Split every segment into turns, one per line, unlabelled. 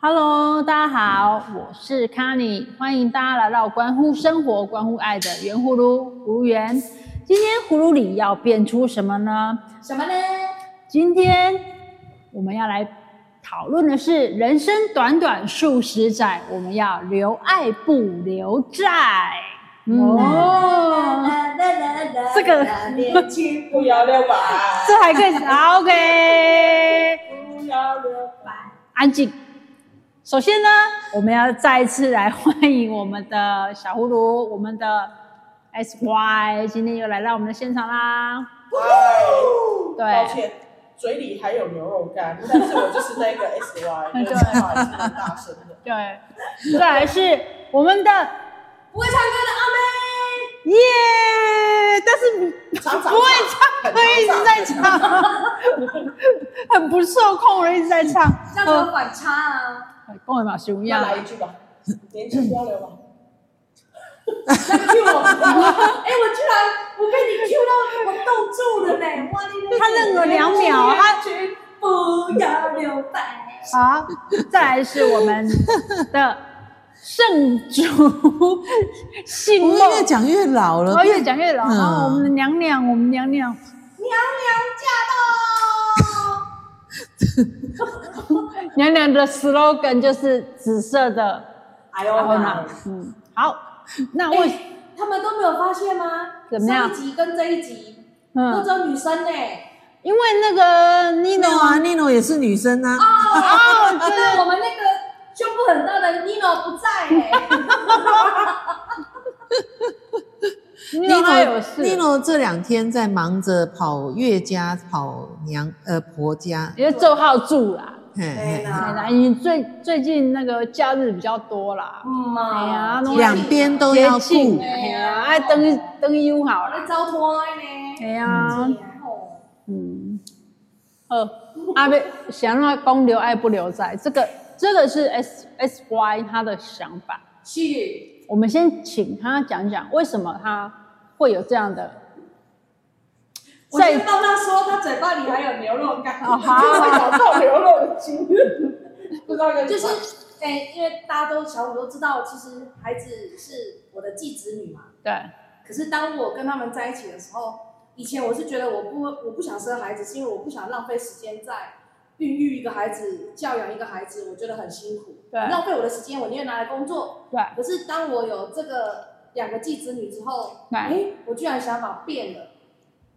Hello，大家好，我是 c a n n y 欢迎大家来到关乎生活、关乎爱的圆葫芦葫芦园。今天葫芦里要变出什么呢？
什么呢？
今天我们要来讨论的是人生短短数十载，我们要留爱不留债。嗯哦，这个
年轻不要六百，
这还可以好，OK。
不要六百。
安静。首先呢，我们要再一次来欢迎我们的小葫芦，我们的 SY 今天又来到我们的现场啦。
嗨
对
抱歉，嘴里还有牛肉干，但是我就是 那个 S Y，
对
就是话也是蛮大声 的。
对，再来是我们的
不会唱歌的阿
耶但是你
常常
不会唱，
很常
歌一直在唱，很不受控的一直在唱。哦
妹，叫做反差啊，
跟我马修一
那
样，
来一句吧，年轻不要留吧。
那个 Q 我，哎，我居然我被你 Q 到，我冻住了呢，哇，你
他愣了两秒他
去不要六百，
好，再来是我们的圣 主信
我
梦
们，越讲越
呃
老了，
哦，越讲越老。
嗯
啊，我们的娘娘，我们娘娘，
娘娘驾到。
娘娘的 slogan 就是紫色的
哎呦
阿
我
文
哪
啊！嗯，好，那我
哎，他们都没有发现吗？
怎么样
上一集跟这一集都
嗯
只，有女生呢。
因为那个
Nino
Nino
啊，Nino 也是女生啊，
哦，真的，我们那个胸部很大的 Nino 不在哎。
Nino 他有事
Nino 这两天在忙着跑岳家、跑娘呃婆家，
也是周浩住啦。
嘿
对
嘿
啦
对啦，因为最最近那个假日比较多啦，
嗯
哎呀
嘛
弄
两边都
节
要
庆，
顾，
哎呀，爱登登 U 好
我在
了，
招拖呢。
哎呀，
哦
嗯，呃，阿贝想让他公留爱不留在，这个这个是 S S Y 他的想法。
是
我们先请他讲讲为什么他会有这样的。
我
在
听到他说他嘴巴里还有牛肉干，
哦好
就是找到牛肉的筋，不知道该怎
就
么
是
办
哎，因为大家都小五都知道，其实孩子是我的继子女嘛。
对，
可是当我跟他们在一起的时候，以前我是觉得我不我不想生孩子，是因为我不想浪费时间在孕育一个孩子、教养一个孩子，我觉得很辛苦，
对
浪费我的时间，我宁愿拿来工作。
对
可是当我有这个两个继子女之后，
对
哎，我居然想法变了。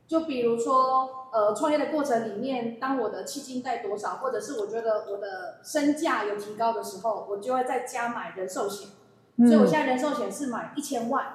就比如说，呃，创业的过程里面，当我的基金带多少，或者是我觉得我的身价有提高的时候，我就会再加买人寿险。所以我现在人寿险是买一千万，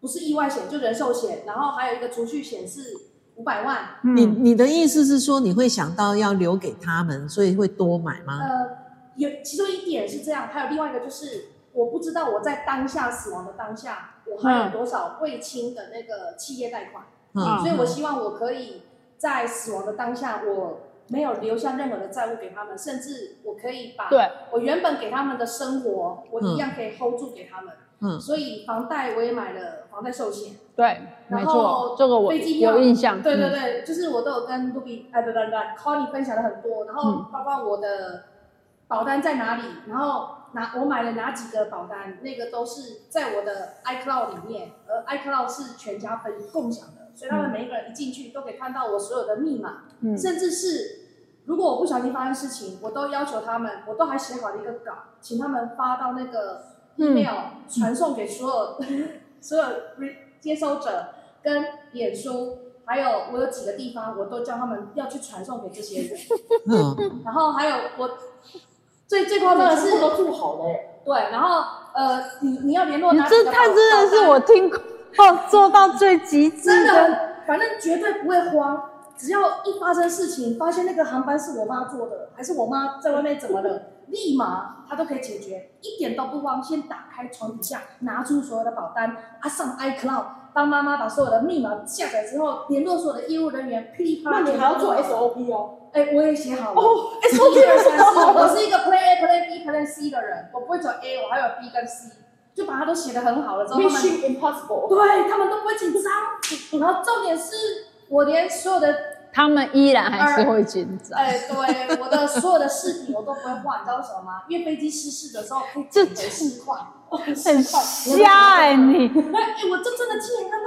不是意外险，就人寿险，然后还有一个储蓄险是五百万。
你
嗯，
你的意思是说你会想到要留给他们，所以会多买吗？
呃，有其中一点是这样，还有另外一个就是，我不知道我在当下死亡的当下，我还有多少未清的那个企业贷款，
嗯
所以我希望我可以在死亡的当下，我没有留下任何的债务给他们，甚至我可以把
对嗯
我原本给他们的生活，我一样可以 hold 住给他们。
嗯
所以房贷我也买了房贷寿险。
对，没
然
错
后，
这个我
飞机票
有印象。
对对
嗯，
对，就是我都有跟 Ruby 哎，不不不，Connie 分享了很多，然后
嗯
包括我的保单在哪里，然后哪我买了哪几个保单，那个都是在我的 iCloud 里面，而 iCloud 是全家分共享的，所以他们每一个人一进去都可以看到我所有的密码，
嗯
甚至是。如果我不小心发生事情，我都要求他们，我都还写好了一个稿，请他们发到那个
嗯
email 传送给所有、 所有 re- 接收者跟脸书，还有我有几个地方我都叫他们要去传送给这些人，
嗯，
然后还有我最最夸张的是
全部，都住好了，
对，然后呃，你你要联络
你
哪几
这
个
他
保
真的是
保
我听过做到最极致
真
的。
的，反正绝对不会慌。只要一发生事情，发现那个航班是我妈坐的，还是我妈在外面怎么了，立马她都可以解决，一点都不慌。先打开床底下，拿出所有的保单，啊，上 iCloud，帮妈妈把所有的密码下载之后，联络所有的业务人员，噼里啪
那
啦。
你还要做 S O P 哦。
哎、我也写好了。
哦
，S O P 二三四，我是一个 Plan A、Plan B、Plan C 的人，我不会走 A，我还有 B 跟 C，就把它都写得很好了之后，他们
Mission Impossible，
对他们都不会紧张。然后重点是我连所有的
他们依然还是会紧张。
哎，对，我 的所有的饰品我都不会换，你知道为什么吗？因为飞机失事的时候可以
这
自己试换，很
很瞎哎、你，
哎、我就真的亲眼看到，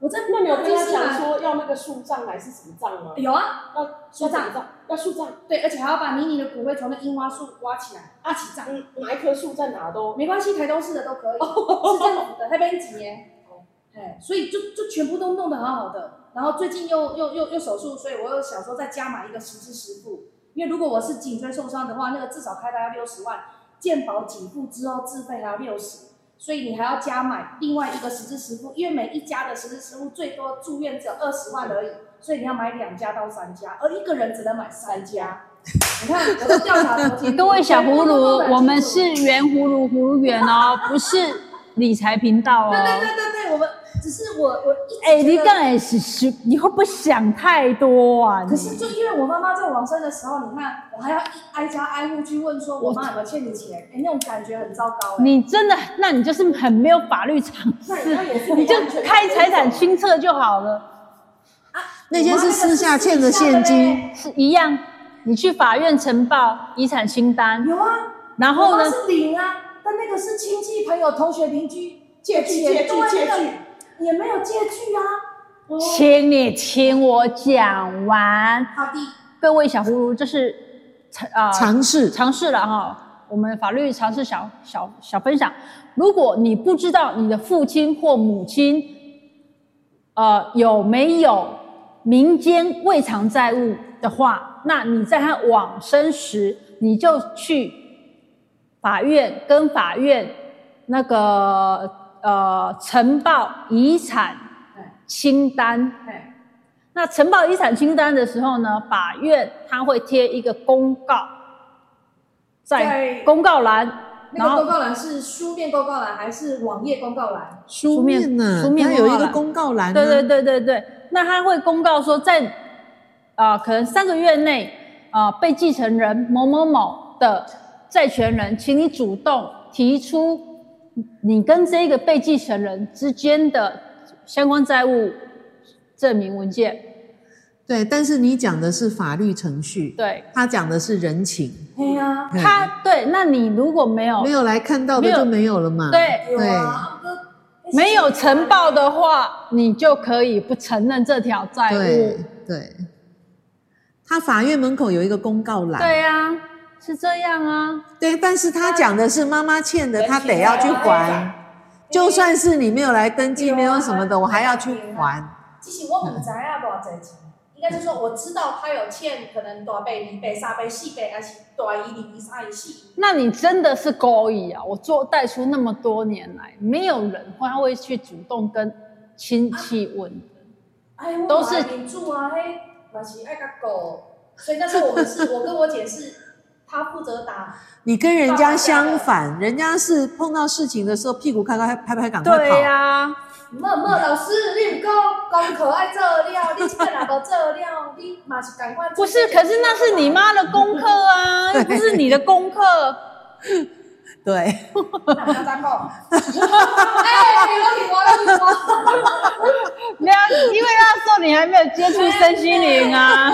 我在
那你有跟他
飞机
讲
上
说要那个树葬还是什么葬吗？
有啊，
要要怎么葬？要树葬，
对，而且还要把妮妮的骨灰从那樱花树挖起来，挖起葬，
嗯，哪一棵树在哪 都
哦没关系，台东市的都可以，是政府的，台北几年，哎，所以就就全部都弄得很好的。然后最近又又又又手术，所以我又想说再加码一个实支实付，因为如果我是颈椎受伤的话，那个至少开刀要六十万，健保给付之后自费还要六十，所以你还要加买另外一个实支实付，因为每一家的实支实付最多住院只有二十万而已，所以你要买两家到三家，而一个人只能买三家。 你看，我都调查昨 天，
各位小葫芦，我们
是。
是圆葫芦葫芦园哦，不是理财频道哦。
对对对对对，我们只是我我一直
哎、你
觉得
刚才是是，你会不会想太多啊？你
可是就因为我妈妈在往生的时候，你看我还要一挨家挨户去问说，我妈有没有欠你钱？哎、那种感觉很糟糕、哎，
你真的，那你就是很没有法律常
那
识
那，也是
你就
完全
开财产清册就好了，
那些是私下欠的
我妈
现
那个是私下的
金，
嘞。
是一样。你去法院呈报遗产清单，
有啊，
然
我
后
妈
呢，
是领啊，但那个是亲戚、朋友、同学、邻居借
借据
钱
借据
对
借
那个
据
也没有借据啊。哦，
请你听我讲完。
好的，
各位小葫芦，这是啊、呃、
尝试
尝试了哈。我们法律尝试小小小分享，如果你不知道你的父亲或母亲，呃有没有民间未偿债务的话，那你在他往生时，你就去法院跟法院那个呃呈报遗产清单。
哎，
那呈报遗产清单的时候呢，法院它会贴一个公告，在
在
公告栏，然
那个
后
公告栏是书面公告栏还是网页公告栏？
书面
呢，
书面
它有一个
公告栏
公告栏啊，
对对对对对，那他会公告说在，啊可能三个月内，啊被继承人某某某的债权人，请你主动提出你跟这个被继承人之间的相关债务证明文件。
对，但是你讲的是法律程序，
对，
他讲的是人情，
哎呀、
嗯
他对，那你如果没有
没有来看到
没
的
有
就没有了嘛，
对
有啊，那
没有呈报的话，你就可以不承认这条债务
对。对，他法院门口有一个公告栏，
对呀、啊，是这样啊。
对，但是他讲的是妈妈欠的，
人
他
情
得要去
债
还。就算是你没有来登记，
有啊
没有什么的，我还要去还。
其实我唔知啊，偌侪钱，应该是说我知道他有欠可能大杯、二杯、三杯、四杯，还是大姨、二姨、三姨、四姨。
那你真的是勾引啊！我做代书那么多年来，没有人会会去主动跟亲戚问。
哎，我
都是
民主啊，嘿，嘛是爱甲狗，所以那时候我们是，我跟我姐是，她负责打，
你跟人家相反，人家是碰到事情的时候屁股开开拍拍，赶快跑。
呀、
默默嗯老师，你唔讲功课爱做了，你这个哪无做了，你嘛是赶快。
不是，可是那是你。妈的功课啊，又不是你的功课。
对，
那不要再 讲。哎，我听我，我听我。
没有，因为那时候你还没有接触身心灵 啊。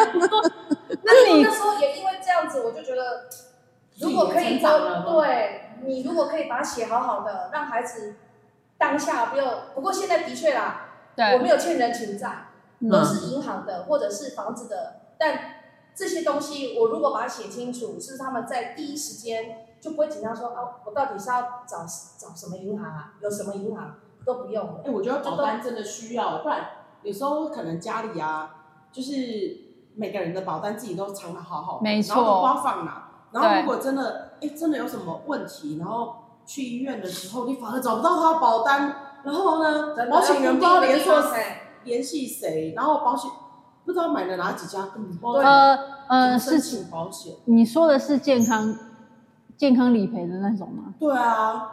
那你
那时候也因为这样子，我就觉得，
自
如
己
果可以
也成长了
都对你，如果可以把它写好好的，让孩子当下不要。不过现在的确啦，
对
我没有欠人情债，都
嗯，
是银行的或者是房子的，但这些东西我如果把它写清楚，是他们在第一时间就不会紧张说啊，我到底是要找找什么银行啊，有什么银行都不用了
哎、。我觉得保单真的需要，不然有时候可能家里啊，就是每个人的保单自己都藏的好好的，
没错
然后都不知道放哪。然后
对
如果真的，哎、真的有什么问题，然后去医院的时候，你反而找不到他的保单，然后呢，保险员不知道联络谁，联系谁，然后保险不知道买了哪几家，根本不知道
呃
怎么
呃，是
申请保险。
你说的是健康健康理赔的那种吗？
对啊，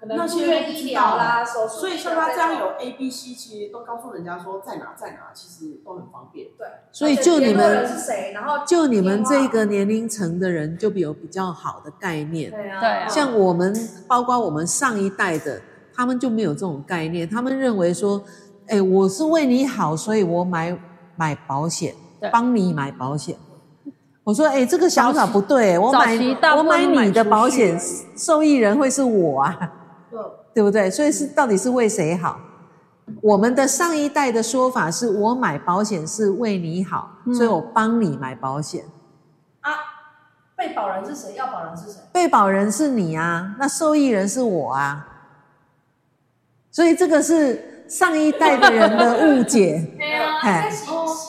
可能
那
住
些
院医疗啦、手术，
所以像他这样有 A、B、C，其实都告诉人家说在哪在哪，其实都很方便。
对，
所以就你
联络人
们，
是谁，然后
就你们这个年龄层的人，就有比较好的概念。
对啊，
对啊
像我们，包括我们上一代的，他们就没有这种概念，他们认为说，哎，我是为你好，所以我买买保险。
对对
帮你买保险。我说，哎、这个想法不对、我
早
买
期大部
我
分
买
都买
你的
储蓄
保险
而已，
受益人会是我啊， 对不对？所以
嗯
是到底是为谁好？我们的上一代的说法是我买保险是为你好，
嗯
所以我帮你买保险。
被保人是谁？要保人是谁？
被保人是你啊，那受益人是我啊，所以这个是上一代的人的误解。
对啊，
哎
在洗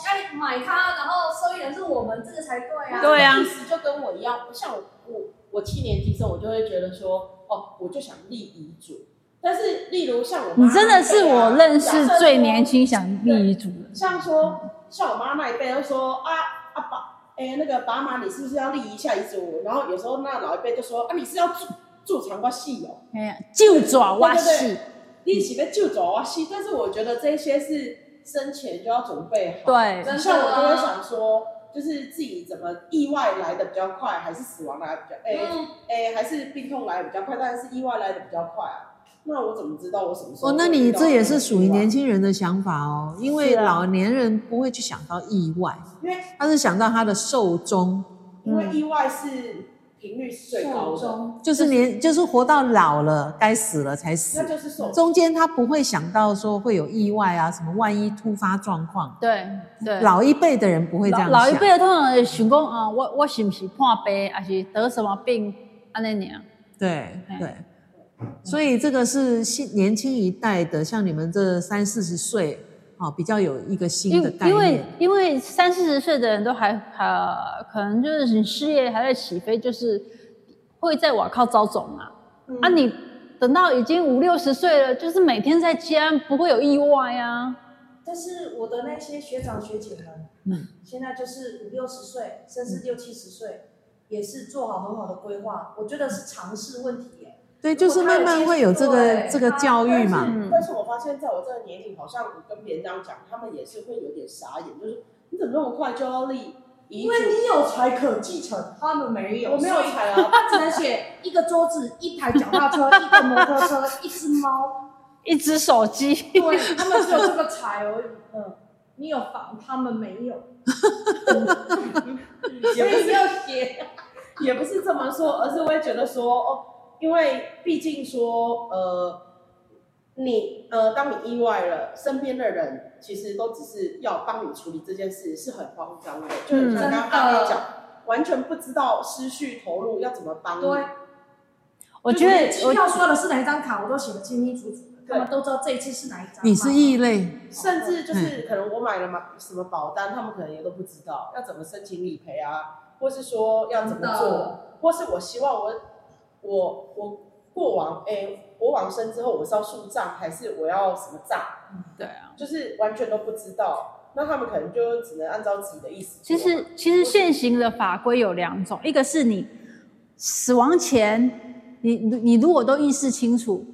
哎买它，然后受益人是我们，这个才对啊。
对啊
意思就跟我一样，像我我我七年级生，我就会觉得说，哦，我就想立遗嘱。但是，例如像我
你
妈那一辈啊，
真的是我认识
假设
最
说
年轻想立遗嘱的。
像说，像我妈那一辈都说啊啊爸，哎、那个爸妈，你是不是要立一下遗嘱？然后有时候那老一辈就说啊，你是要住住长瓜戏哦，
哎呀，就爪哇
对
戏，
你是要住走啊戏。但是我觉得这些是生前就要准备好。
对
真的
像我就会想说，就是自己怎么意外来的比较快，还是死亡来的比较，哎、
嗯，
哎、还是病痛来的比较快，但是意外来的比较快啊。那我怎么知道我什么时候？
哦，那你这也是属于年
轻，
轻人的想法哦，因为
是啊
老年人不会去想到意外，
因为
他是想到他的寿终，
因
嗯
为意外是频率是最
寿
高的，
终
就是年就是活到老了，该死了才
那
死，
就是寿终。
中间他不会想到说会有意外啊，什么万一突发状况，
对对。
老一辈的人不会这
老
样
老一
想。
辈的通常会想讲啊、我我是不是患病，还是得什么病，安尼尔。
对
哎
对，所以这个是新年轻一代的，像你们这三四十岁，哦，比较有一个新
因
的
为
概
因为
念。
因为三四十岁的人都还呃，可能就是你事业还在起飞，就是会在瓦靠招总嘛。
嗯
啊，你等到已经五六十岁了，就是每天在家不会有意外啊。
但是我的那些学长学姐们，
嗯
现在就是五六十岁，甚至六七十岁，也是做好很好的规划。我觉得是尝试问题耶。
对，就是慢慢会有这个
对
这个教育嘛。
嗯
但是我发现，在我这个年龄，好像我跟别人这样讲，他们也是会有点傻眼，就是你怎么那么快就要立遗嘱？
你有才可继承，他们没
我没有
所以
才啊，
他只能写一个桌子、一台脚踏车、一个摩托车、一只猫，
一只手机，
对他们只有这个才而已。嗯，你有房，他们没有，
也不是
要写。
也不是这么说，而是会觉得说哦，因为毕竟说呃，你呃，当你意外了，身边的人其实都只是要帮你处理这件事，是很慌张的，就
嗯
很像刚刚阿妹讲，完全不知道思绪投入要怎么帮你。
对，
我觉得
机
我
票刷的是哪一张卡，我都写的清清楚楚的，他们都知道这一次是哪一张。
你是异类，
甚至
嗯
就是可能我买了嘛什么保单，他们可能也都不知道要怎么申请理赔啊，或是说要怎么
真
做
的，
或是我希望我我我过往哎、我往生之后我是要树葬还是我要什么葬，
嗯
对啊。
就是完全都不知道，那他们可能就只能按照自己的意思做。
其实其实现行的法规有两种，一个是你死亡前，你你如果都意识清楚，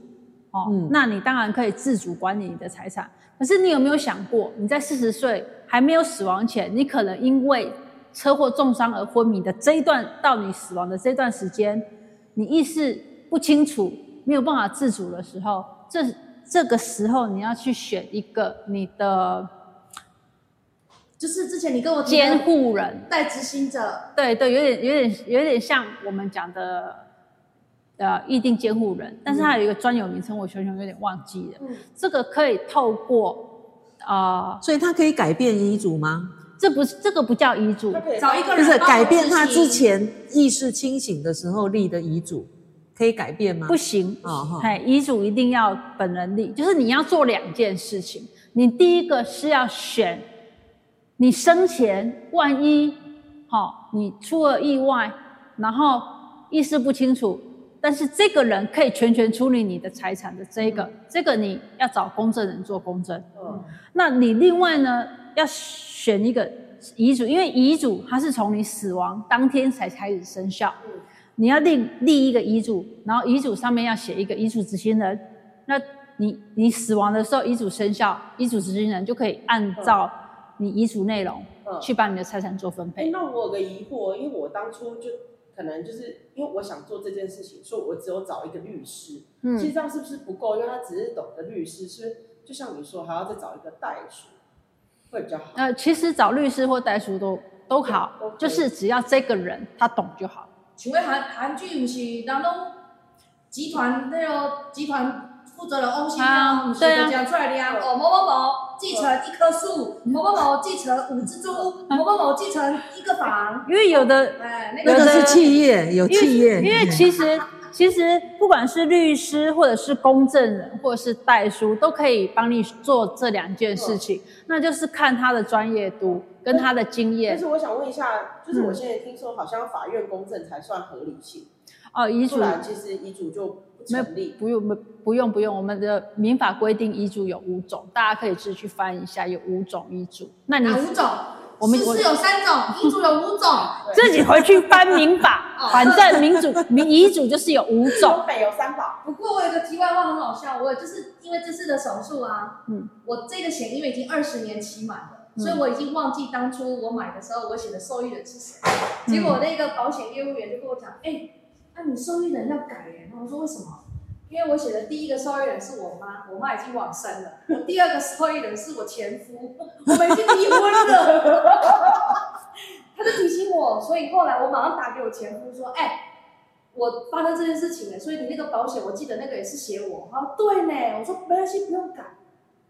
哦，
嗯
那你当然可以自主管理你的财产。可是你有没有想过，你在四十岁还没有死亡前，你可能因为车祸重伤而昏迷的这一段到你死亡的这段时间，你意识不清楚，没有办法自主的时候，这这个时候你要去选一个你的
就是之前你跟我提
监
的
护人。
代执行者，
对对，有点有点有点像我们讲的呃议定监护人，但是它有一个专有名称，我熊熊有点忘记了。
嗯
这个可以透过呃，
所以他可以改变遗嘱吗？
这不是这个不叫遗嘱
他，可以
找一
啊
个
就
人帮
是
我
改变他
执行
之前意识清醒的时候立的遗嘱，可以改变吗？
不行。
哦哈
哎，遗嘱一定要本人立，就是你要做两件事情。你第一个是要选，你生前万一好、你出了意外，然后意识不清楚，但是这个人可以全权处理你的财产的这个，这个你要找公证人做公证。
嗯
那你另外呢，要选一个遗嘱，因为遗嘱它是从你死亡当天才开始生效。
嗯
你要立立一个遗嘱，然后遗嘱上面要写一个遗嘱执行人。那你你死亡的时候，遗嘱生效，遗嘱执行人就可以按照你遗嘱内容
嗯
去把你的财产做分
哎、
配。
那我有个疑惑，因为我当初就可能就是因为我想做这件事情，所以我只有找一个律师。
嗯
其实这样是不是不够？因为他只是懂得律师，是不是就像你说，还要再找一个代书。会比较好。
呃，其实找律师或代书都都好
都可以，
就是只要这个人他懂就好。
像迄韩韩剧，毋是人拢集团那个集团负责人翁新
啊
刚，毋是
对啊
就讲出来了哦，某某某继承一棵树，某某某继承五只猪，
啊
某某某继承一个房，
因为
哦
有的，
哎，那
那
个
个
有
是
的
企业，有
因为
企业，
因为其实其实不管是律师或者是公证人或者是代书，都可以帮你做这两件事情，那就是看他的专业度跟他的经
但
验
是我想问一下，就是我
嗯
现在听说好像法院公证才算合理性，
哦。遗
不
嘱
然其实遗嘱就不成立。
不用不不用不用，我们的民法规定遗嘱有五种，大家可以自己去翻一下，有五种遗嘱。那你
哪五种？
我们
是
我
是有三种，遗嘱有五种，
自己回去翻民
哦
法，反正民主民遗嘱就是有五种
东。北有三宝，
不过我有个题外话很好笑，我就是因为这次的手术啊，
嗯，
我这个险因为已经二十年期满了，
嗯
所以我已经忘记当初我买的时候我写的受益人是谁。
嗯
结果那个保险业务员就跟我讲，哎、那、你受益人要改耶、然后我说为什么？因为我写的第一个受益人是我妈，我妈已经往生了。我第二个受益人是我前夫，我们已经离婚了。他就提醒我，所以后来我马上打给我前夫说，哎、我发生这件事情了，所以你那个保险，我记得那个也是写我。他说对呢，我说没关系，不用改，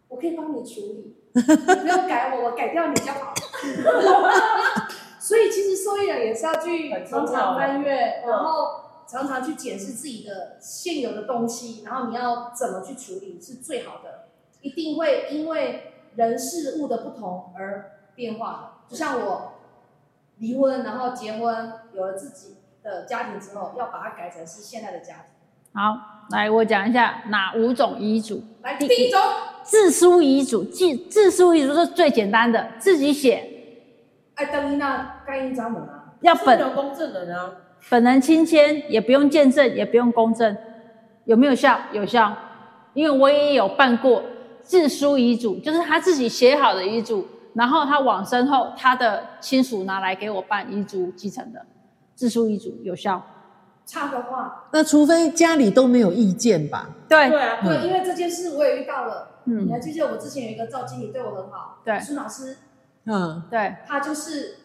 我可以帮你处理，你不用改我，我改掉你就好。 所以其实受益人也是要去
很重要
常
的
常翻阅，
嗯
然后常常去检视自己的现有的东西，然后你要怎么去处理是最好的，一定会因为人事物的不同而变化的。就像我离婚，然后结婚，有了自己的家庭之后，要把它改成是现在的家庭。
好，来我讲一下哪五种遗嘱。
来，第一种，
自书遗嘱，自自书遗嘱是最简单的，自己写，
哎，邓一娜盖印章门啊，
要
是没
本
有公证人啊，
本人亲签，也不用见证，也不用公证，有没有效？有效，因为我也有办过自书遗嘱，就是他自己写好的遗嘱，然后他往生后，他的亲属拿来给我办遗嘱继承的，自书遗嘱有效。
差个话，
嗯那除非家里都没有意见吧？
对，
对啊，
对，因为这件事我也遇到了。你
嗯，
还记得我之前有一个赵经理对我很好，
对
孙老师，
嗯，
对，
他就是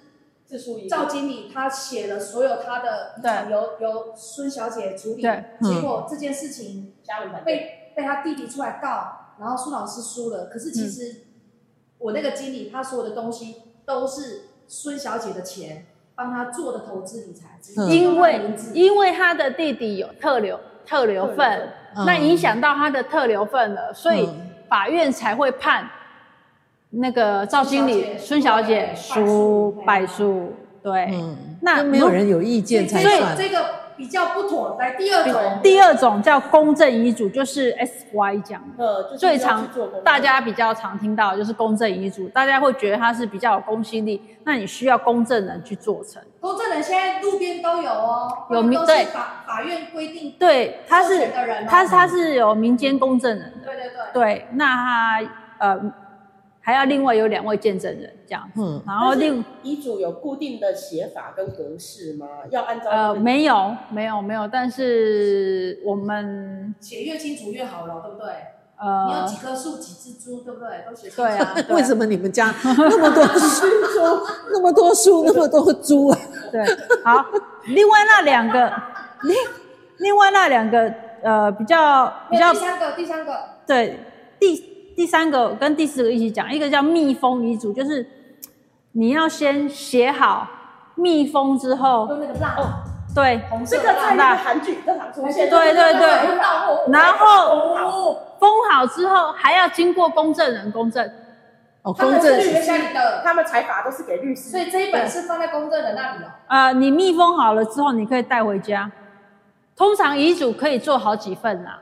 自书遗嘱
赵经理他写了所有他的遗产由由孙小姐处理，
对
嗯
结果这件事情
家人反对，
被被他弟弟出来告，然后苏老师输了。可是其实
嗯
我那个经理他所有的东西都是孙小姐的钱，帮他做的投资理财，只是
嗯
因
用她的
为
名字
因为他的弟弟有特留特留
特留
份
份，
嗯
那影响到他的特留份了，所以
嗯
法院才会判那个赵经理孙
孙
小
小
姐
姐
输败
败诉
诉，对。
嗯，
那
那没有人有意见才
所以
算。
这个比较不妥。来第二种，
第二种叫公证遗嘱，就是 S Y 讲的。
呃，就是
嗯最
要去
常
做公证
大家比较常听到的就是公证遗嘱，大家会觉得它是比较有公信力，那你需要公证人去做成。
公证人现在路边都有哦，
有
都
对
是法法院规定
对，它
授
是
权的人哦
它它是有民间公证人的，
对对对。
对，那它呃还要另外有两位见证人这样，
嗯，
然后另
遗嘱有固定的写法跟格式吗？要按照
呃
那个
没有没有没有，但是我们
写越清楚越好了，对不对？你有
呃
几棵树、几只猪，对不对？都写清楚。
对 啊，
为什么你们家那么多猪，那么多树，那么多猪啊？
么对？好，另外那两个另另外那两个呃比较比
没
较
有第三个，第三个，
对，第第三个跟第四个一起讲，一个叫密封遗嘱，就是你要先写好密封之后，
用那个蜡，
哦
对
红色
这
的
个在
蜡。
那个韩剧经常出现，
对对对
用到火
然
哦
后封好之后还要经过公证人公证，
哦，
他
公
们
证
是学校里的，
他们财阀都是给律师，
所以这一本是放在公证人那里哦。
呃，你密封好了之后你可以带回家。通常遗嘱可以做好几份啦，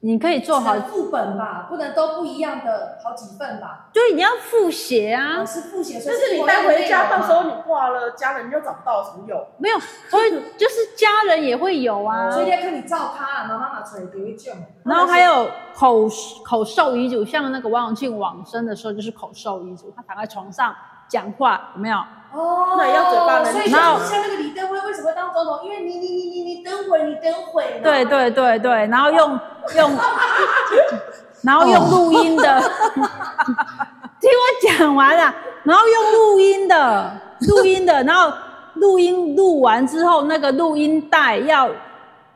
你可以做好
只，能副本吧，不能都不一样的好几份吧。
就是你要复写啊
哦，，是复写，所
就
以
是你
国内
带回家，
内容
到
嘛
时候你挂了，家人又找不到，怎么有？
没有，所以就是家人也会有啊。
所以你要看你照他，然后妈妈捶别人就。
然后还有口口授遗嘱，像那个王永庆往生的时候就是口授遗嘱，他躺在床上讲话，有没有？
哦，
那也要嘴巴能
所以
讲
像像那个李登辉为什么会当总统？因为你你你你你等会儿你等会儿，
对
然后
对对对，然后用用，然后用录音的，
听
我讲完了，然后用录音的，录音的，然后录音录完之后，那个录音带要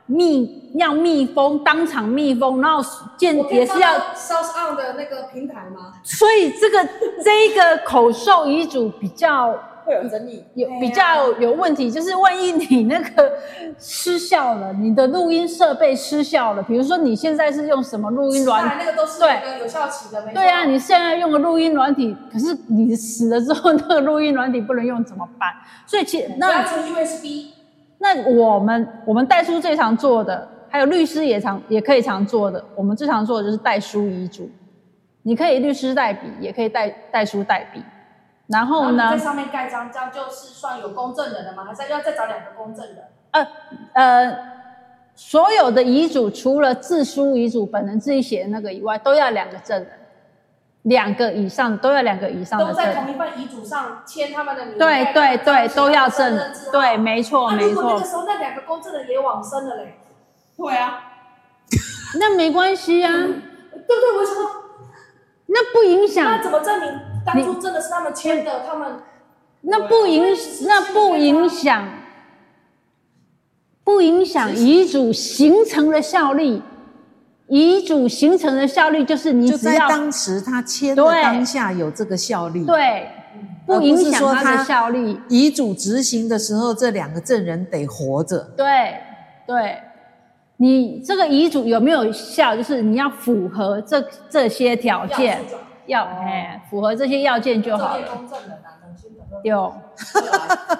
密要密封，当场密封，然后间
我可以
也是要
放到 South On 的那个平台吗？
所以这个这一个口授遗嘱比较
会有争议。
有
对啊
比较有问题，就是万一你那个失效了，你的录音设备失效了，比如说你现在是用什么录音软
当然那个都是
对
那个有效期的，没错
对啊，你现在用个录音软体，可是你死了之后，那个录音软体不能用怎么办？所以其实
那
那
出 USB
那我们我们代书最常做的，还有律师也常也可以常做的，我们最常做的就是代书遗嘱。你可以律师代笔，也可以代代书代笔。然
然后
后
你在
呢，
上面盖章，这样就是算有公证人了吗？还是要再找两个公证人？
呃，所有的遗嘱除了自书遗嘱本人自己写的那个以外，都要两个证人，两个以上都要两个以上的
都
证
在
人。
同一份遗嘱上签他们的
嗯
名字，
对对对，都要证
人。之后
对，没错
那
没
如果那
错
个。时候那两个公证人也往生了嘞，对啊，
那没关系啊，
对不对？我想说，
那不影
那
响，
怎么证明当初真的是他们签的？他们
那不影那不影响，不影响遗嘱形成的效力。遗嘱形成的效力就是你
就
只
在
要
当时他签的
对
当下有这个效力。，
对，不
而不
影
是
响
说
它的
它
效力。
遗嘱执行的时候，这两个证人得活着。
对对，你这个遗嘱有没有效？就是你要符合这这些条
嗯要
件，
去转
要哦哎、符合这些要件就好
这些
了。
公证人啊，等先等到
有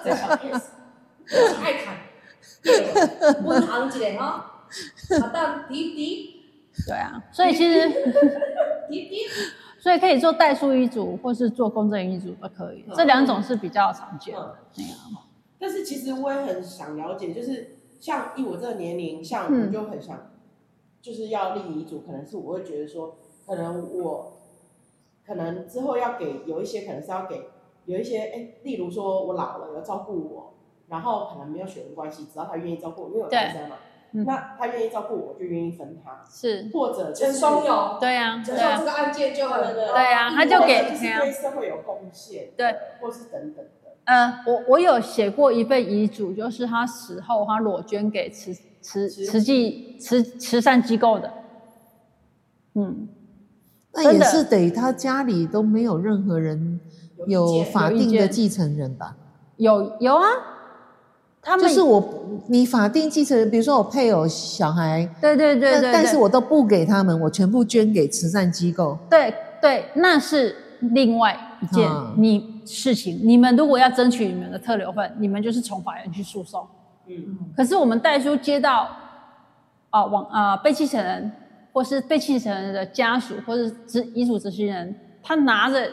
这小 case，我爱看，对，问行一个哈，好到滴滴
对啊，所以其 实
滴滴，
所以可以做代书遗嘱，或是做公证遗嘱都可以，这两种是比较常见的。哎呀
但是其实我也很想了解，就是像以我这个年龄，像
嗯
我就很想，就是要立遗嘱，可能是我会觉得说，可能我可能之后要给有一些，可能是要给有一些，哎、例如说我老了要照顾我，然后可能没有血缘关系，只要他愿意照顾我，因为我
对
单身嘛，
嗯
那他愿意照顾我，我就愿意分他，
是，
或者就
陈
是
松勇，
对啊，
陈
对
松
啊
这，个案件就很
对
对啊，他就给
或者是
哎呀
对社会有贡献，
对，
或是等等的，
呃，我我有写过一份遗嘱，就是他死后他裸捐给慈慈
慈
慈济慈慈善机构的，嗯，
那
真
也
的
是得他家里都没有任何人有法定的继承人吧？
有有啊，他们
就是我，你法定继承人，比如说我配偶、小孩，
对对对对
但
对，
但是我都不给他们，我全部捐给慈善机构。
对对，那是另外一件
嗯
你事情。你们如果要争取你们的特留份，你们就是从法院去诉讼。
嗯，
可是我们代书接到啊、往啊、被继承人或是被继承人的家属或是执遗嘱执行人，他拿着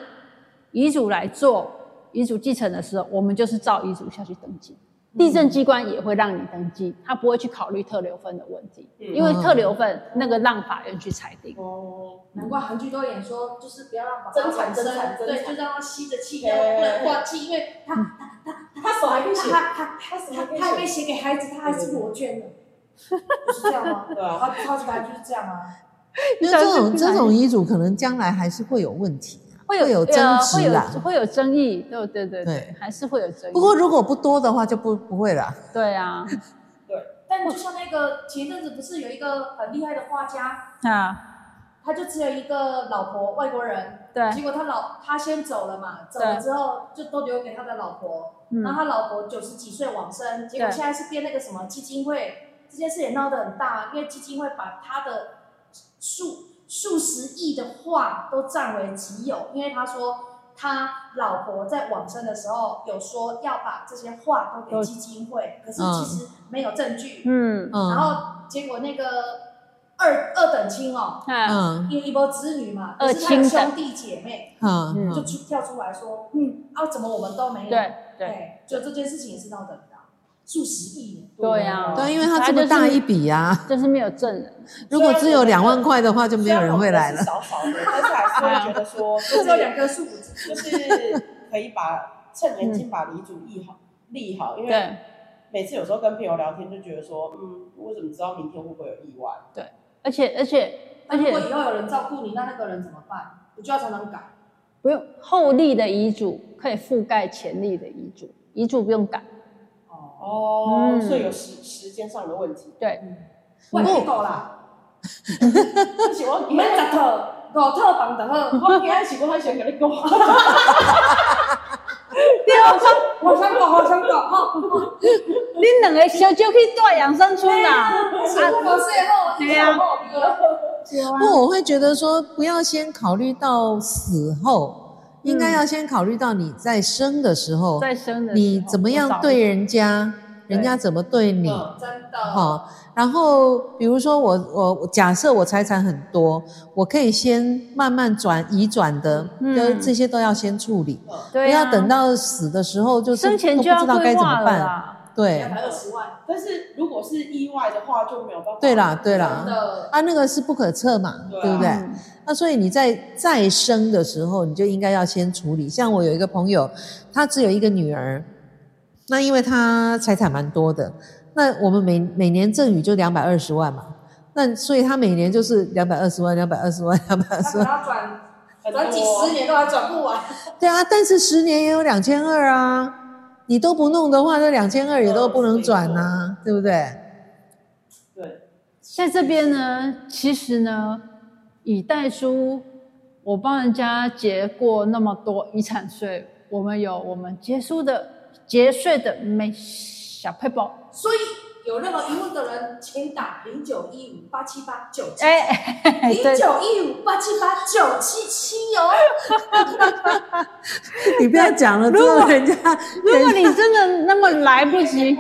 遗嘱来做遗嘱继承的时候，我们就是照遗嘱下去登记。
嗯
地震机关也会让你登记，他不会去考虑特留份的问题，
嗯
因为特留份那个让法院去裁
嗯
定。
哦，
难怪韩剧都演说，就是不要让法
争产
生
争产争
对，
产
就让他吸着气，
对
让他不能断气，因为他
他手还被写，
他他
他手还
他
被
他还没
写，
写给孩子，他还是裸捐的，不是这样吗？
对啊
他超级白就是这样啊，
因为
像
这
是
种
去哪
这
里
种遗嘱可能将来还是会有问题啊，
会有
争
呃
执啦
会有。会有争议，对不对对对，
对
还是会有争议。
不过如果不多的话，就不不会了。
对啊，
但就像那个前一阵子不是有一个很厉害的画家，
啊
他就只有一个老婆，外国人，
对，
结果他老他先走了嘛，走了之后就都留给他的老婆，然
嗯
后他老婆九十几岁往生，结果
对
现在是变那个什么基金会，这件事也闹得很大，因为基金会把他的数数十亿的画都占为己有，因为他说。他老婆在往生的时候有说要把这些画都
都
给基金会，可是
嗯
其实没有证据，
嗯
然
嗯
后结果那个二二等亲哦，
啊
嗯
因为一波子女嘛，
二
可是他
亲
有
等
兄弟姐妹
嗯
就
嗯，
出跳出来说，嗯啊，怎么我们都没有？
对对
哎，就这件事情也是闹得很大，数十亿，
对啊
哦
对，因为他这么大一笔啊，
就是没有证人，
如果只有两万块的话，就没有人会来了。
虽然我们是少少的，但是还是会觉得 说，
啊
这
就
只有两
是
棵树，只
就是可以把趁年轻把遗嘱立好立好，因
嗯
为
对
每次有时候跟朋友聊天就觉得说，嗯，我怎么知道明天会不会有意外？
对，而且而且
那
而
如果
且
以后有人照顾你，那那个人怎么办？我就要常常改，
不用后立的遗嘱可以覆盖前立的遗嘱，遗嘱不用改。
哦，
嗯
所以有时时间上的问题。
对，
我听够啦，
而且我
你们十套五套房就好。
我今仔是我很想跟你讲，
对，好想好想讲，好想讲吼。
恁两个小酒去住养生村啊啦？
是我们最
啊
后一条后
不，我会觉得说，不要先考虑到死后，应该要先考虑到你在生的时候，
再生的时候
你怎么样对？人家，
对
人家怎么对你，
嗯
真
哈、
的，
然后比如说我我我假设我财产很多，我可以先慢慢转移转的，
嗯
就是这些都要先处理，
嗯
我早对
不
啊
要等到死的时候就是
生前
都
就
不
要
知道该
规
怎
划
么
了
办。
啦。
对
两百二十万，
但是如果是意外的话就没有办法。
对啦对
真
啦，
的，
啊那个是不可测嘛，
对啊
对不对？
嗯
那所以你在再生的时候，你就应该要先处理。像我有一个朋友，他只有一个女儿，那因为他财产蛮多的，那我们每每年赠与就两百二十万嘛，那所以他每年就是两百二十万、两百二十万、两百
他
二十
可能
万，
要转
很多啊
转几十年都还转不完。
对啊，但是十年也有两千二啊，你都不弄的话，这两千二也都不能转呐、对不对？
对，
在这边呢，其实呢，以代书，我帮人家结过那么多遗产税，我们有我们结书的结税的每小 paper。
所以有任何疑问的人，请打零九一五八七八九七，
哎，
零
对
九一五八七八九七七哦。
你不要讲了，之后人家
如果你真的那么来不及，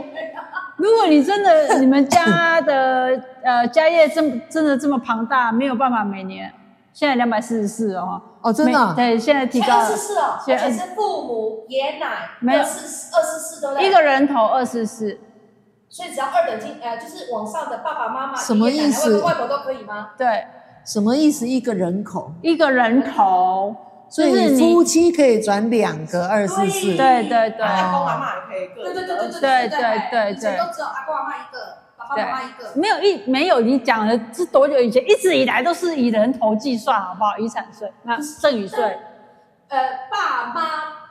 如果你真的你们家的呃家业这么真的这么庞大，没有办法每年，现在两百四十四哦，
哦，真的啊、
每对，现在提高
二
了
十四哦，
现
而
在
且是父母、爷奶，
没有
二四二十四对不对？
一个人头二十四，
所以只要二等亲，呃，就是往上的爸爸妈妈、
什么
爷爷奶奶
意思
外公外婆都可以吗？
对，
什么意思？一个人口。
一个人头，
所以
就是
你
你
夫妻可以转两个二四
对
四，
对对对
阿公阿妈也可以各
对
自
对对对
的
对
对
对对
以前都只有阿公阿妈一个，爸爸妈妈一个。
没有一没有你讲的是多久以前，一直以来都是以人头计算，好不好？遗产税、那赠与税，
呃，爸妈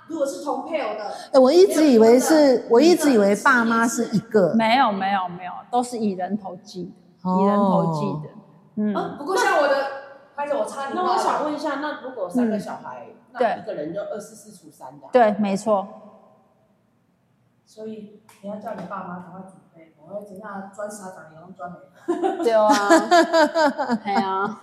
如果是同配偶
嗯
的，
哎，我一直以为是，我一直以为爸妈是一个，
没有没有没有，都是以人头计，
哦啊
以人头计的，嗯，
嗯，不过像我的，拍着我差你
那
爸
我
爸
想问一下，那如果三个小孩，
嗯
那
对
一个人就二四四除三的，啊
对，没错。
所以你要叫你爸妈赶快准备，我会等一下专傻长也能专美。
对啊，哎呀，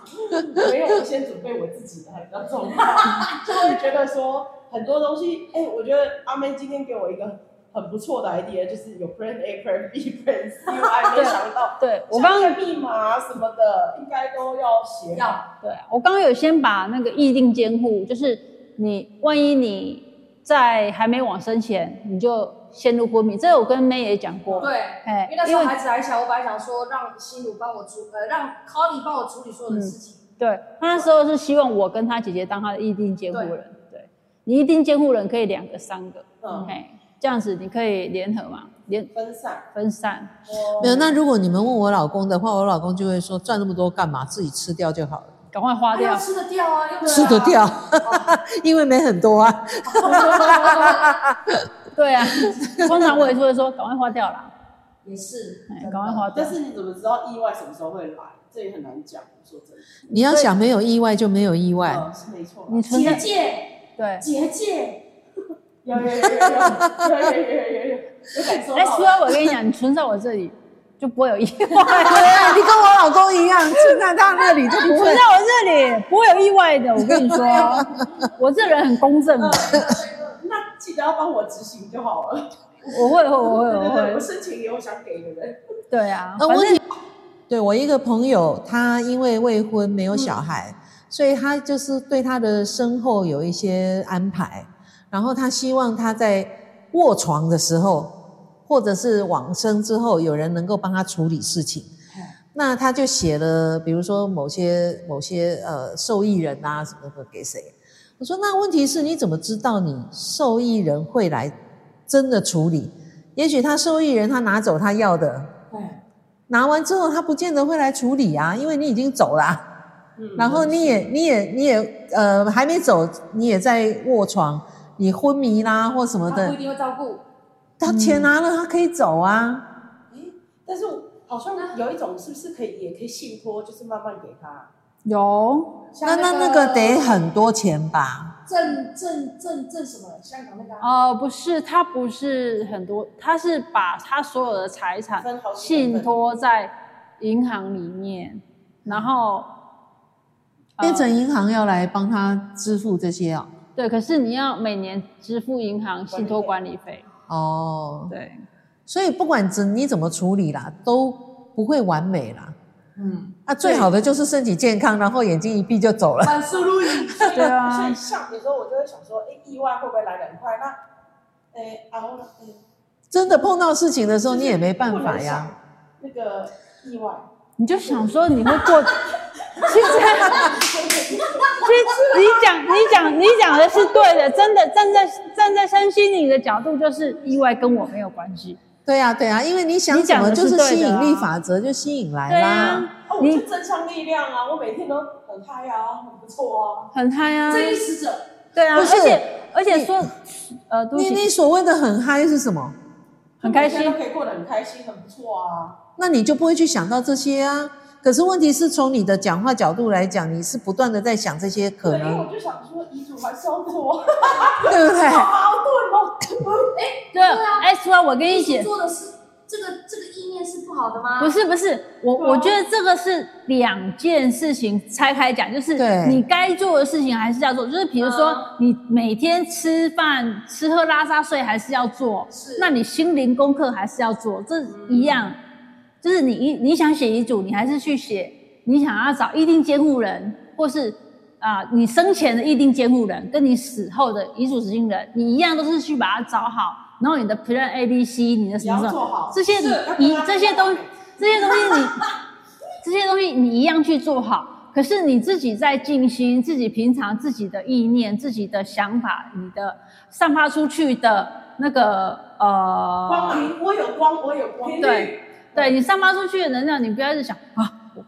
没有，我先准备我自己的，还比较重要， 就会觉得说很多东西，哎、我觉得阿妹今天给我一个很不错的 idea，就是有 Plan A、Plan B、Plan C，我还没想到。
对我刚
像那个密码什么的，应该都要写好。
要
对啊我刚刚有先把那个意定监护，就是你万一你在还没往生前你就陷入昏迷，这个我跟 May 也讲过，
对。
哎
因为那时
因
候
为
孩子还小，我本来想说让心如帮我处，呃，让 Connie 帮我处理所有的事情。
对他那时候是希望我跟他姐姐当他的意定监护人，对你意定监护人可以两个三个，
嗯，
哎，这样子你可以联合嘛，联
分散。哦
分散，
没有。那如果你们问我老公的话，我老公就会说赚那么多干嘛？自己吃掉就好了，
赶快花
他要
掉，
吃得掉啊，要不然
吃得。 掉，因为没很多啊。
对啊， 通常我也是会说赶快花掉啦，
也是
哎，，赶快花掉
但。是你怎么知道意外什么时候会来？这也很难讲。我说真的，
你要想没有意外就没有意
哦
外，
嗯，是没错啦。
你存
结
在
界，
对，
结界，
有有有有有有有有有有感受
哎，
到
除
了。
了我跟你讲，你存在我这里就不会有意
对
外，
啊，你跟我老公一样，存在他那里就
你
不
存
会
在。 我这里不会有意外的。我跟你 说，我这人很公正的，
那记得要帮我执行就好了。
我会，我会，
对
我
对对，我
会，
申请也有想给的人。
对 啊，
那
反
问
正
题，呃对我一个朋友，他因为未婚
嗯
没有小孩，所以他就是对他的身后有一些安排，然后他希望他在卧床的时候，或者是往生之后，有人能够帮他处理事情。那他就写了，比如说某些某些呃受益人啊什么的给谁？我说那问题是你怎么知道你受益人会来真的处理？也许他受益人他拿走他要的，
哎，
拿完之后，他不见得会来处理啊，因为你已经走啦、
嗯
然后你也你也你也呃还没走，你也在卧床，你昏迷啦或什么
他不一
的，
定会照顾。
他钱拿了他可以走啊，
但是我好像有一种是不是可以也可以信托，就是慢慢给他。
有
那
像
那那个得很多钱吧？
郑郑郑郑什么香港那个啊
呃，不是，他不是很多，他是把他所有的财产
分好几等
信
份
托在银行里面，然后呃
变成银行要来帮他支付这些哦。
对，可是你要每年支付银行信托管理费，
哦，
对，
所以不管怎你怎么处理啦，都不会完美啦。
嗯，
那最好的就是身体健康，然后眼睛一闭就走了。
万事如意。
对啊
所以像有时候我就会想说，哎、意外会不会来得很快？那，哎、熬了，哎、
真的碰到事情的时候，
就是
你也没办法呀。
不能想那个意外，
你就想说你会过，其实其实你讲你讲你讲的是对的，真的站在站在身心灵的角度，就是意外跟我没有关系，
对呀、对呀、啊因为你想
你
什
讲
么，
的
就是是
对的啊
吸引力法则就吸引来
对
啦。
啊，
哦，我
你
就正向力量啊，我每天都很嗨啊，很不错啊。
很嗨啊，
正义使者，
对啊，
不
而
是
且而且说，呃，对不
你
起
你所谓的很嗨是什么？
很开
每天
心
都，可以过得很开心，很不错啊。
那你就不会去想到这些啊。可是问题是从你的讲话角度来讲，你是不断的在想这些可
对，因为
能，
我就想说，遗嘱还是要做，啊
对不对？
好矛盾哦。
对，哎，说我跟你
你
姐，
做的是这个这个意念是不好的吗？
不是不是，我
对啊
我觉得这个是两件事情拆开讲，就是
对
你该做的事情还是要做，就是比如说
嗯
你每天吃饭、吃喝拉撒睡还是要做，
是嗯
那你心灵功课还是要做，这一样，就是你一你想写遗嘱，你还是去写，你想要找一定监护人，或是啊、你生前的一定监护人，跟你死后的遗嘱执行人，你一样都是去把它找好。然后你的 Plan A、B、C，你的什
你
么
要
什
做
么
好，
这些
是要
你
跟他
这些东
讲
这些东西 你这些东西你一样去做好，可是你自己在静心，自己平常自己的意念、自己的想法、你的散发出去的那个
光
呃，
明，我有光，我有光。
对，对你散发出去的能量，你不要一直想啊。我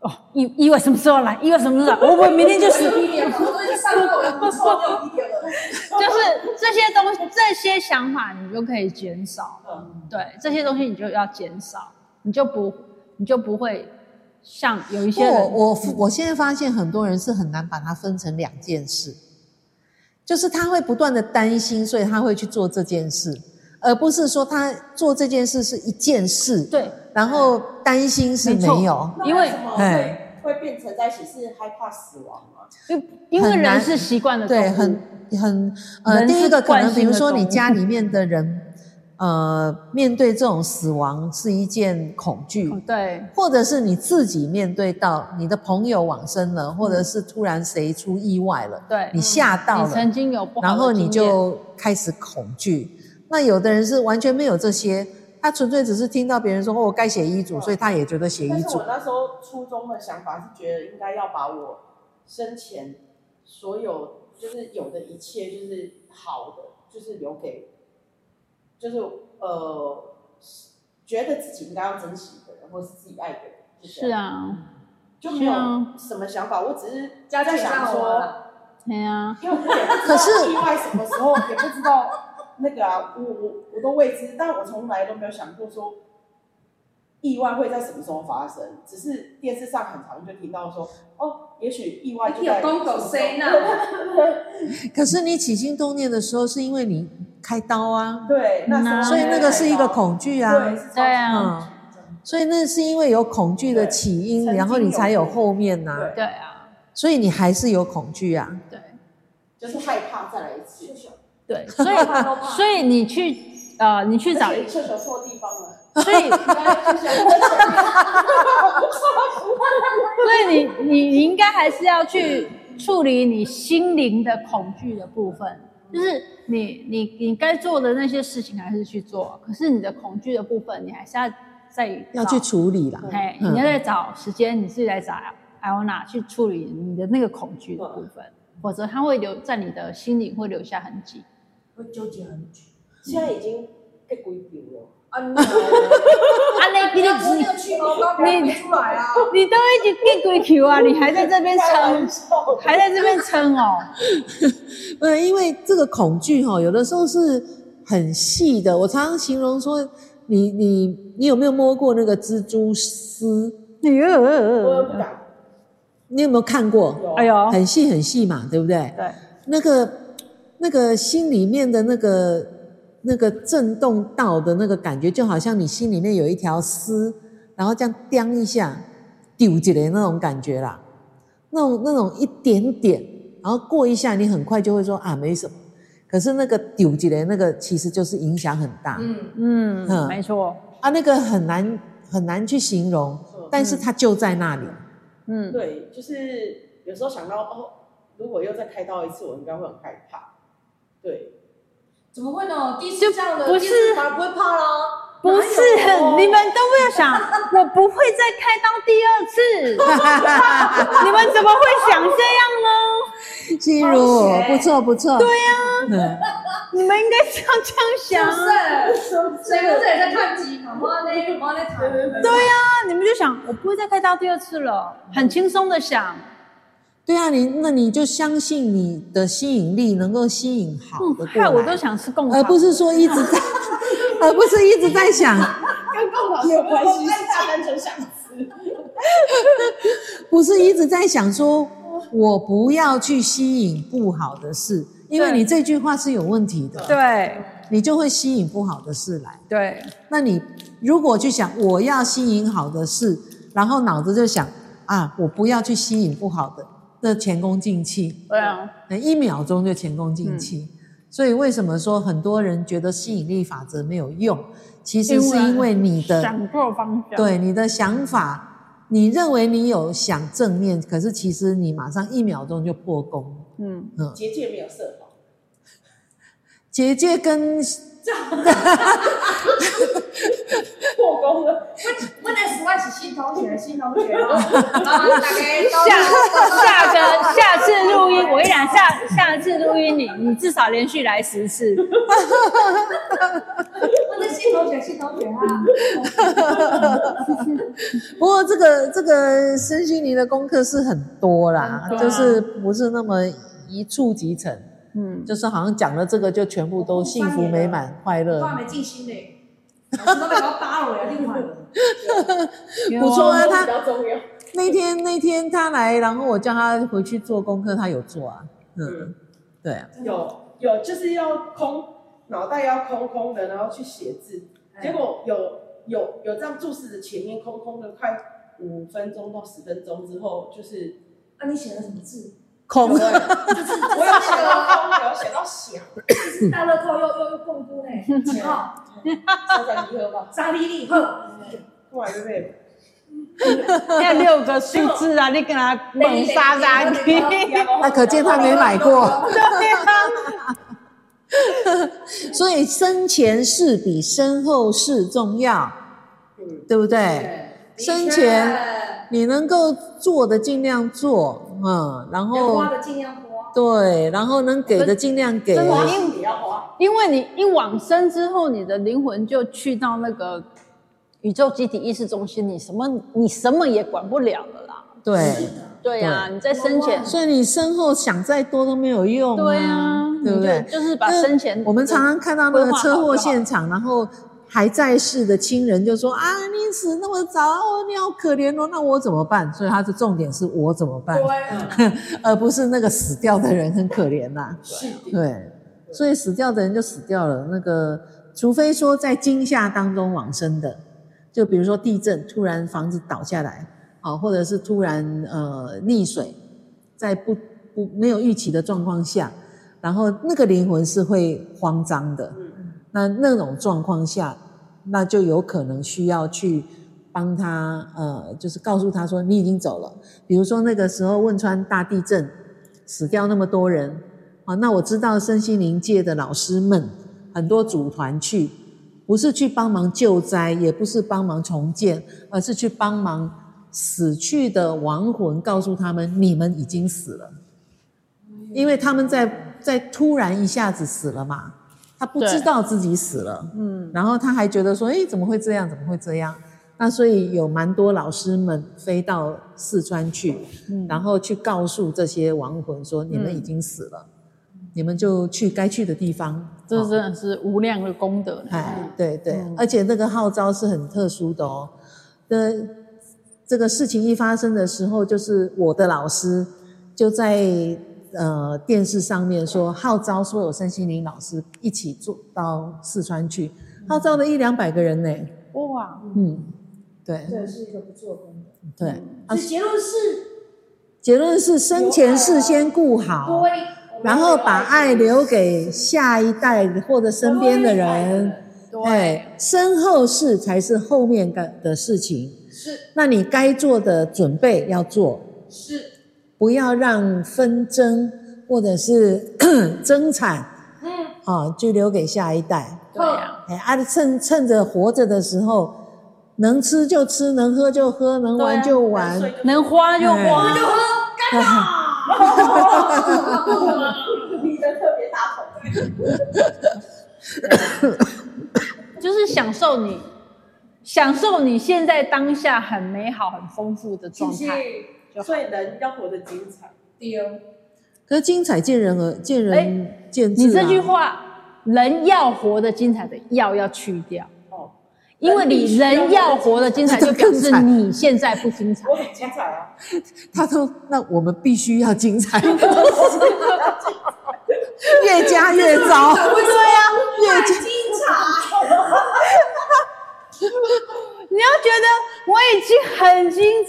哦，意意外什么时候来？意外什么时候来？我我明天就死。
一点，我都已经上到我不错，我有一点了。
就是这些东西，这些想法你就可以减少。
嗯
对，这些东西你就要减少，你就不你就不会像有一些
我
人，
我我现在发现很多人是很难把它分成两件事，就是他会不断的担心，所以他会去做这件事，而不是说他做这件事是一件事，，
对
然后担心是
没错
没有，
那
因为
什么
哎
会会变成在一起是害怕死亡吗？
因因为
很难
人是习惯的动物，
对，很很呃，
人
第一
是
个可
惯
能
性
比如
的
说你
动物
家里面的人，呃，面对这种死亡是一件恐惧，
嗯对
或者是你自己面对到你的朋友往生了，或者是突然谁出意外了，
对，
你吓
嗯
到
你
了，
曾经有不好的
然后你
经验
就开始恐惧。那有的人是完全没有这些，他纯粹只是听到别人说哦，我该写遗嘱，
嗯
所以他也觉得写
但
遗
是
嘱
我。那时候初中的想法是觉得应该要把我生前所有就是有的一切就是好的，就是留给，就是呃，觉得自己应该要珍惜的人，或是自己爱的人，就这
是
样，
啊，
就没
是
有
啊
什么想法，我只是
加
在
减
想
上我
说，
了，
对啊，
因为我也不知
可是
道意外什么时候，也不知道那个啊，我我我都未知，但我从来都没有想过说意外会在什么时候发生，只是电视上很常就听到说，哦，也许意外就
你哎有
在
公狗 say 呢？
可是你起心动念的时候，是因为你开刀 啊，
对，那时候
嗯啊
所以那个是一个恐惧啊
对，，是超级
对啊
嗯，所以那是因为有恐惧的
对
起因，
曾
然后你
经有
才有
过
后面呐、
对
对，
啊，
所以你还是有恐惧啊。
对
就是害怕再来一次，
对，所以所以你去呃，你去找
而且，你厕所错地方了，
所以 所以你你你应该还是要去处理你心灵的恐惧的部分，就是你你你该做的那些事情还是去做，可是你的恐惧的部分，你还是要再
要
找
去处理啦。
哎，
嗯
你要再找时间，你自己来找艾欧娜去处理你的那个恐惧
嗯
的部分，否则它会留在你的心里会留下痕迹。
会纠结很久。
现在已经被鬼丢了。
啊，你
啊，那
你
你
要不
你
要去哦，不要不要出来啊！
你都已经变鬼球啊，你还在这边撑，还在这边撑 哦。
呃，因为这个恐惧哈、有的时候是很细的。我常常形容说，你你你有没有摸过那个蜘蛛丝？
哎
呃
我
呦
嗯
不，敢。
你有没有看过？
哎呦，
很细很细嘛，对不对？
对，
那个那个心里面的那个那个震动到的那个感觉，就好像你心里面有一条丝，然后这样掂一下，丢起来那种感觉啦，那种那种一点点，然后过一下，你很快就会说啊没什么。可是那个丢起来那个，其实就是影响很大、
嗯，
嗯，
嗯
没错，
啊，那个很难很难去形容，但是它就在那里。
嗯，
对，就是有时候想到哦，如果又再开刀一次，我应该会很害怕。对，
怎么会呢？第一次这样的，
不
第二
是
次反而不会怕啦。
不是，你们都不要想，我不会再开刀第二 次，你们怎么会想这样呢？
心如
好，险
不错不错。对嗯呀、
你们应该是要这样想啊。
是，谁跟这里在看机？妈妈呢？妈妈在谈。
对呀、你们就想我不会再开刀第二次了，很轻松的想，
对啊，你那你就相信你的吸引力能够吸引好
嗯
的，过
害
来，
我都想吃贡
而
糖，
不是说一直 在，而不是一直在想，
跟共老有关系，是下单纯想吃。
不是一直在想说我不要去吸引不好的事，因为
对
你这句话是有问题的，
对
你就会吸引不好的事来。
对，
那你如果去想我要吸引好的事，然后脑子就想啊，我不要去吸引不好的，那前功尽弃。
对啊，
那一秒钟就前功尽弃。
嗯
所以为什么说很多人觉得吸引力法则没有用？其实是因为你的
想错方向，
对你的想法，你认为你有想正面，可是其实你马上一秒钟就破功。
嗯，
嗯，
结界没有设好，
结界跟
破功了。
问的十万是新同学，新同学哦。妈妈打给
下下个下次录音，我跟你讲，下下次录音你你至少连续来十次，
问的新同学，新同学啊。
不过这个这个身心灵的功课是很多啦，
很多啊
就是不是那么一触即成，
嗯，
就是好像讲了这个就全部都幸福美满快乐
我。还没静心呢，老师都没搞打我呀，另外的。
不错啊，他
比较重要。
那天那天他来，然后我叫他回去做功课，他有做啊。嗯
嗯，
对啊，
有有，就是要空，脑袋要空空的，然后去写字。结果有有有这样注视着前面空空的，快五分钟到十分钟之后，就是
那啊你写了什么字？
空
有欸就是我有写到空，有写到想，
大乐透又又又共估呢， 哦几号？
三三一二吧，
沙利利呵，
突然就被
要六个数字啊，你跟他猛杀杀去，
那可见他没买过。
对啊，
所以生前事比身后事重要，
嗯，
对不对？生前
前
你能够做的尽量做，嗯，然后
花的尽量花。
对，然后能给的尽量给
真。的
花心也要
啊
花，
因为你一往生之后，你的灵魂就去到那个宇宙集体意识中心，你什么你什么也管不了了啦。
对，
对呀、你在生前，
所以你身后想再多都没有用、
对
啊
啊，，
对不对
你？就就是把生前，
我们常常看到那
规
个
划好就
车
好
祸现场，然后还在世的亲人就说啊，你死那么早，哦，你好可怜哦，那我怎么办？所以他的重点是我怎么办，
对，
而不是那个死掉的人很可怜呐、
是的，
对，所以死掉的人就死掉了。那个，除非说在惊吓当中往生的，就比如说地震，突然房子倒下来，好、或者是突然呃溺水，在不不没有预期的状况下，然后那个灵魂是会慌张的。
嗯，
那那种状况下，那就有可能需要去帮他，呃，就是告诉他说你已经走了。比如说那个时候汶川大地震，死掉那么多人，啊，那我知道身心灵界的老师们很多组团去，不是去帮忙救灾，也不是帮忙重建，而是去帮忙死去的亡魂，告诉他们你们已经死了，因为他们在在突然一下子死了嘛。他不知
对
道自己死了，
嗯，
然后他还觉得说，哎，怎么会这样？怎么会这样？那所以有蛮多老师们飞到四川去，
嗯
然后去告诉这些亡魂说：“你们已经死了，你们就去该去的地方。
这
哦
真的是无量的功德呢。
哎，对对，
嗯
而且那个号召是很特殊的哦。那这个事情一发生的时候，就是我的老师就在呃电视上面说，号召所有身心灵老师一起做到四川去，号召了一两百个人呢。
哇，
嗯，对
这是一个不错的功德。
对，
所以结论是，
结论是生前事先顾好，
对，我们
然后把爱留给下一代或者身边的人。
对
哎，，身后事才是后面的的事情。
是
那你该做的准备要做，
是，
不要让纷争或者是 争产
嗯，
啊，就留给下一代。
对呀，
哎，啊，趁趁着活着的时候，能吃就吃，能喝就喝，能
对啊
玩就玩。
能花就花，
哎
你的特别大头，
就是享受你，享受你现在当下很美好、很丰富的状
啊
态。
谢。所以人要活得精彩，
丢，
可是精彩见人而见人见智、啊
哎你这句，话，人要活得精彩的“要”要去掉
哦，
因为你人要活得精彩，就表示你现在不精彩。
我很精彩啊！
他都那我们必须要精彩，越加越糟。
啊
太精彩，
你要觉得我已经很精彩，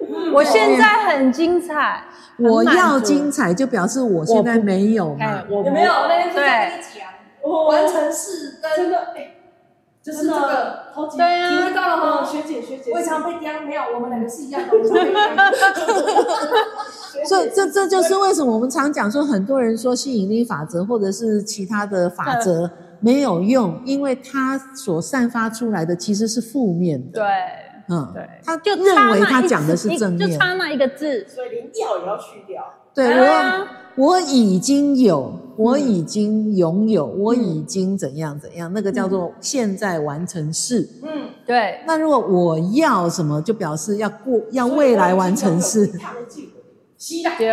嗯
我现在很精彩，很
我要
满足
精彩，就表示我现在没有嘛。
哎，我
有没有？我那天就在跟你讲，啊完
哦，
成式
真
跟
的，哎，就是
真
这
的
个超级，
对啊
体会到了
哦
吗？
学姐学姐，
我也常被刁，没有，我们两个是一样的，我常被刁
所以这这就是为什么我们常讲说，很多人说吸引力法则或者是其他的法则没有用，因为它所散发出来的其实是负面的。
对
嗯，
对，
他
就
认为
差那
他
一
讲的
字
是
一
正
啊就
面。
差那一个字，
所以连掉也要去掉，
对
对
我
啊，
我已经有，我已经拥有，我已经怎样怎样，那个叫做现在完成式。
嗯，
对
那如果我要什么，就表示要过要未来完成式。
是啦，
对，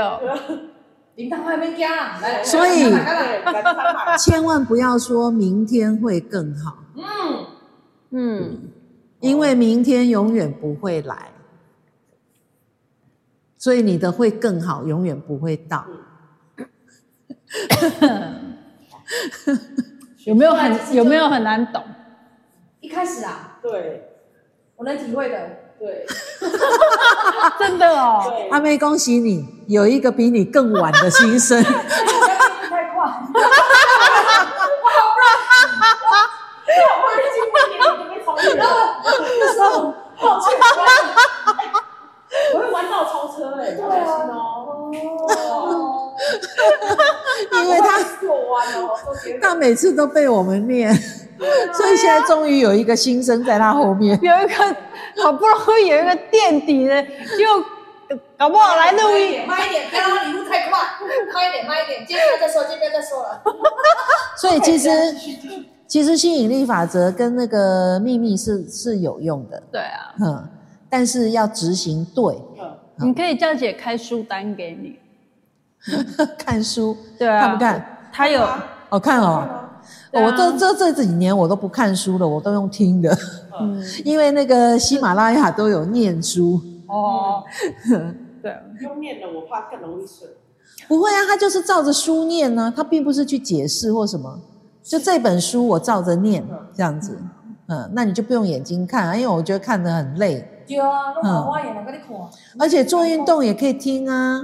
林丹还没惊啦，来，
所以
来来来
对，百分之三百，
千万不要说明天会更好，
嗯，
嗯，
因为明天永远不会来，所以你的会更好永远不会到。
有没有很有没有很难懂？
一开始啊，
对
我能体会的，
对
啊
真的哦，
对，
阿妹，恭喜你有一个比你更晚的新生，
太快，我好不容易，我好不容易经过你了，你没同意，然后那时候抱歉，
我会玩到超车哎，
对
对
啊
哦，
哦，
因为她
过弯哦，都觉得
她每次都被我们念，
啊
所以现在终于有一个新生在她后面。
有一个好不容易有一个垫底的，就搞不好来录音，
慢一点，不要让礼物太快，慢一点，慢一点，今天不要再说，今天不要再说了，
所以其实
啊
其实吸引力法则跟那个秘密是是有用的，
对啊，
嗯，但是要执行对，
你可以叫姐开书单给你，
看书
对啊，
看不？看？
他有
好看哦。
对啊
我这这这几年我都不看书了，我都用听的，
嗯
因为那个喜马拉雅都有念书。
哦，对，
用念了，我怕更容易睡。
不会啊，他就是照着书念呢、他并不是去解释或什么，就这本书我照着念这样子。嗯，那你就不用眼睛看啊，因为我觉得看得很累，
对啊，弄好花眼了，给你看，
而且做运动也可以听啊，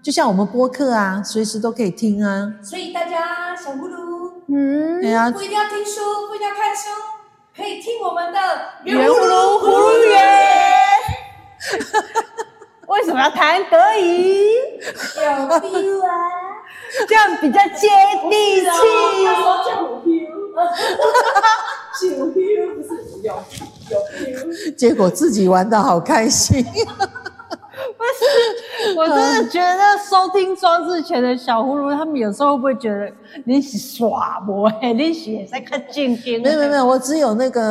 就像我们播客啊，随时都可以听啊。
所以大家小咕噜
嗯，
对啊
不，一定要听书，不一定要看书，可以听我们的
圆葫芦葫芦圆， 为什么要谈德语？
有 feel 啊，
这样比较接地 气。
说叫我 Q，九 Q 不是有有 Q，
结果自己玩的好开心，
不是，我真的觉得收听装置前的小葫芦，他们有时候会不会觉得你是耍我？你是也在看静静？
没有没有没有，我只有那个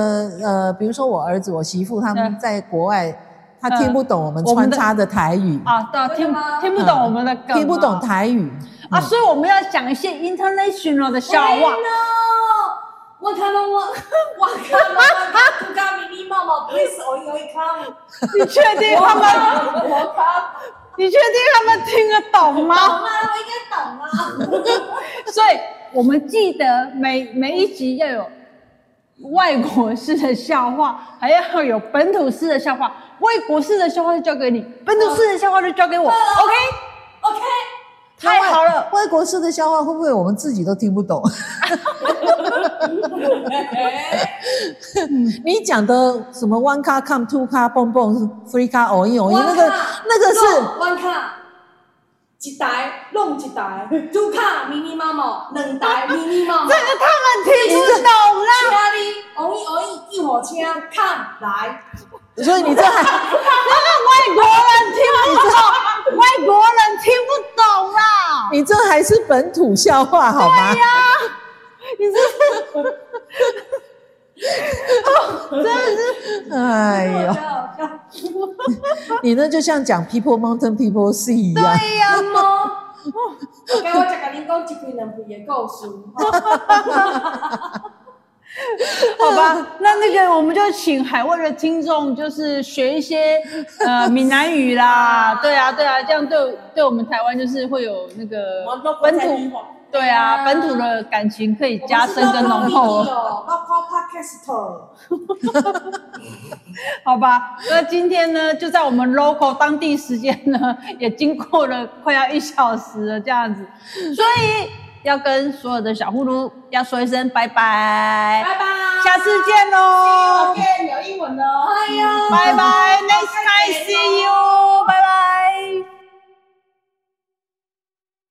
呃，比如说我儿子、我媳妇他们
嗯
在国外，他听不懂我们
我们
穿
的
插的台语，
啊，对，
真
听
的吗
听不懂我们的梗啊，
听不懂台语嗯
啊，所以我们要讲一些 international 的笑话。
我看到我，我看到我，不干咪咪妈妈，please 我有一看，
你确定他们？
我看，
你确定他们听得懂
懂
吗？
啊，我应该懂啊。
所以我们记得每每一集要有外国式的笑话，还要有本土式的笑话。外国式的笑话就交给你，本土式的笑话就交给我。OK，
OK，
太好了。
了，外国式的笑话会不会我们自己都听不懂？你讲的什么 one car come two car 蹦蹦 three car 哦 一哦一，
One
那个
car，
那个是
我看。一台弄一台，two 卡迷你妈妈，两 台迷你妈妈。
这个他们听不懂啦。
车哩，王一王一救护车，看来。
所以你这
那
还
个外国人听不懂，外国人听不懂啦。
你这还是本土笑话好吗？
你是
哎
啊
呦，你那就像讲 people mountain people sea 一样。
对呀么？我跟我再甲恁讲一篇两篇的故事。
好吧？那那个我们就请海外的听众，就是学一些 呃闽南语啦。对啊，对啊，这样对对我们台湾就是会有那
呃
个本土，对啊，本土的感情可以加深跟浓厚哦。
哦。我靠 Podcast，
好吧，那今天呢，就在我们 local 当地时间呢，也经过了快要一小时了这样子，所以要跟所有的小呼噜要说一声拜拜，
拜拜。
下次见喽，
见有英文哦。哎呀。
拜拜，next time see you，拜拜。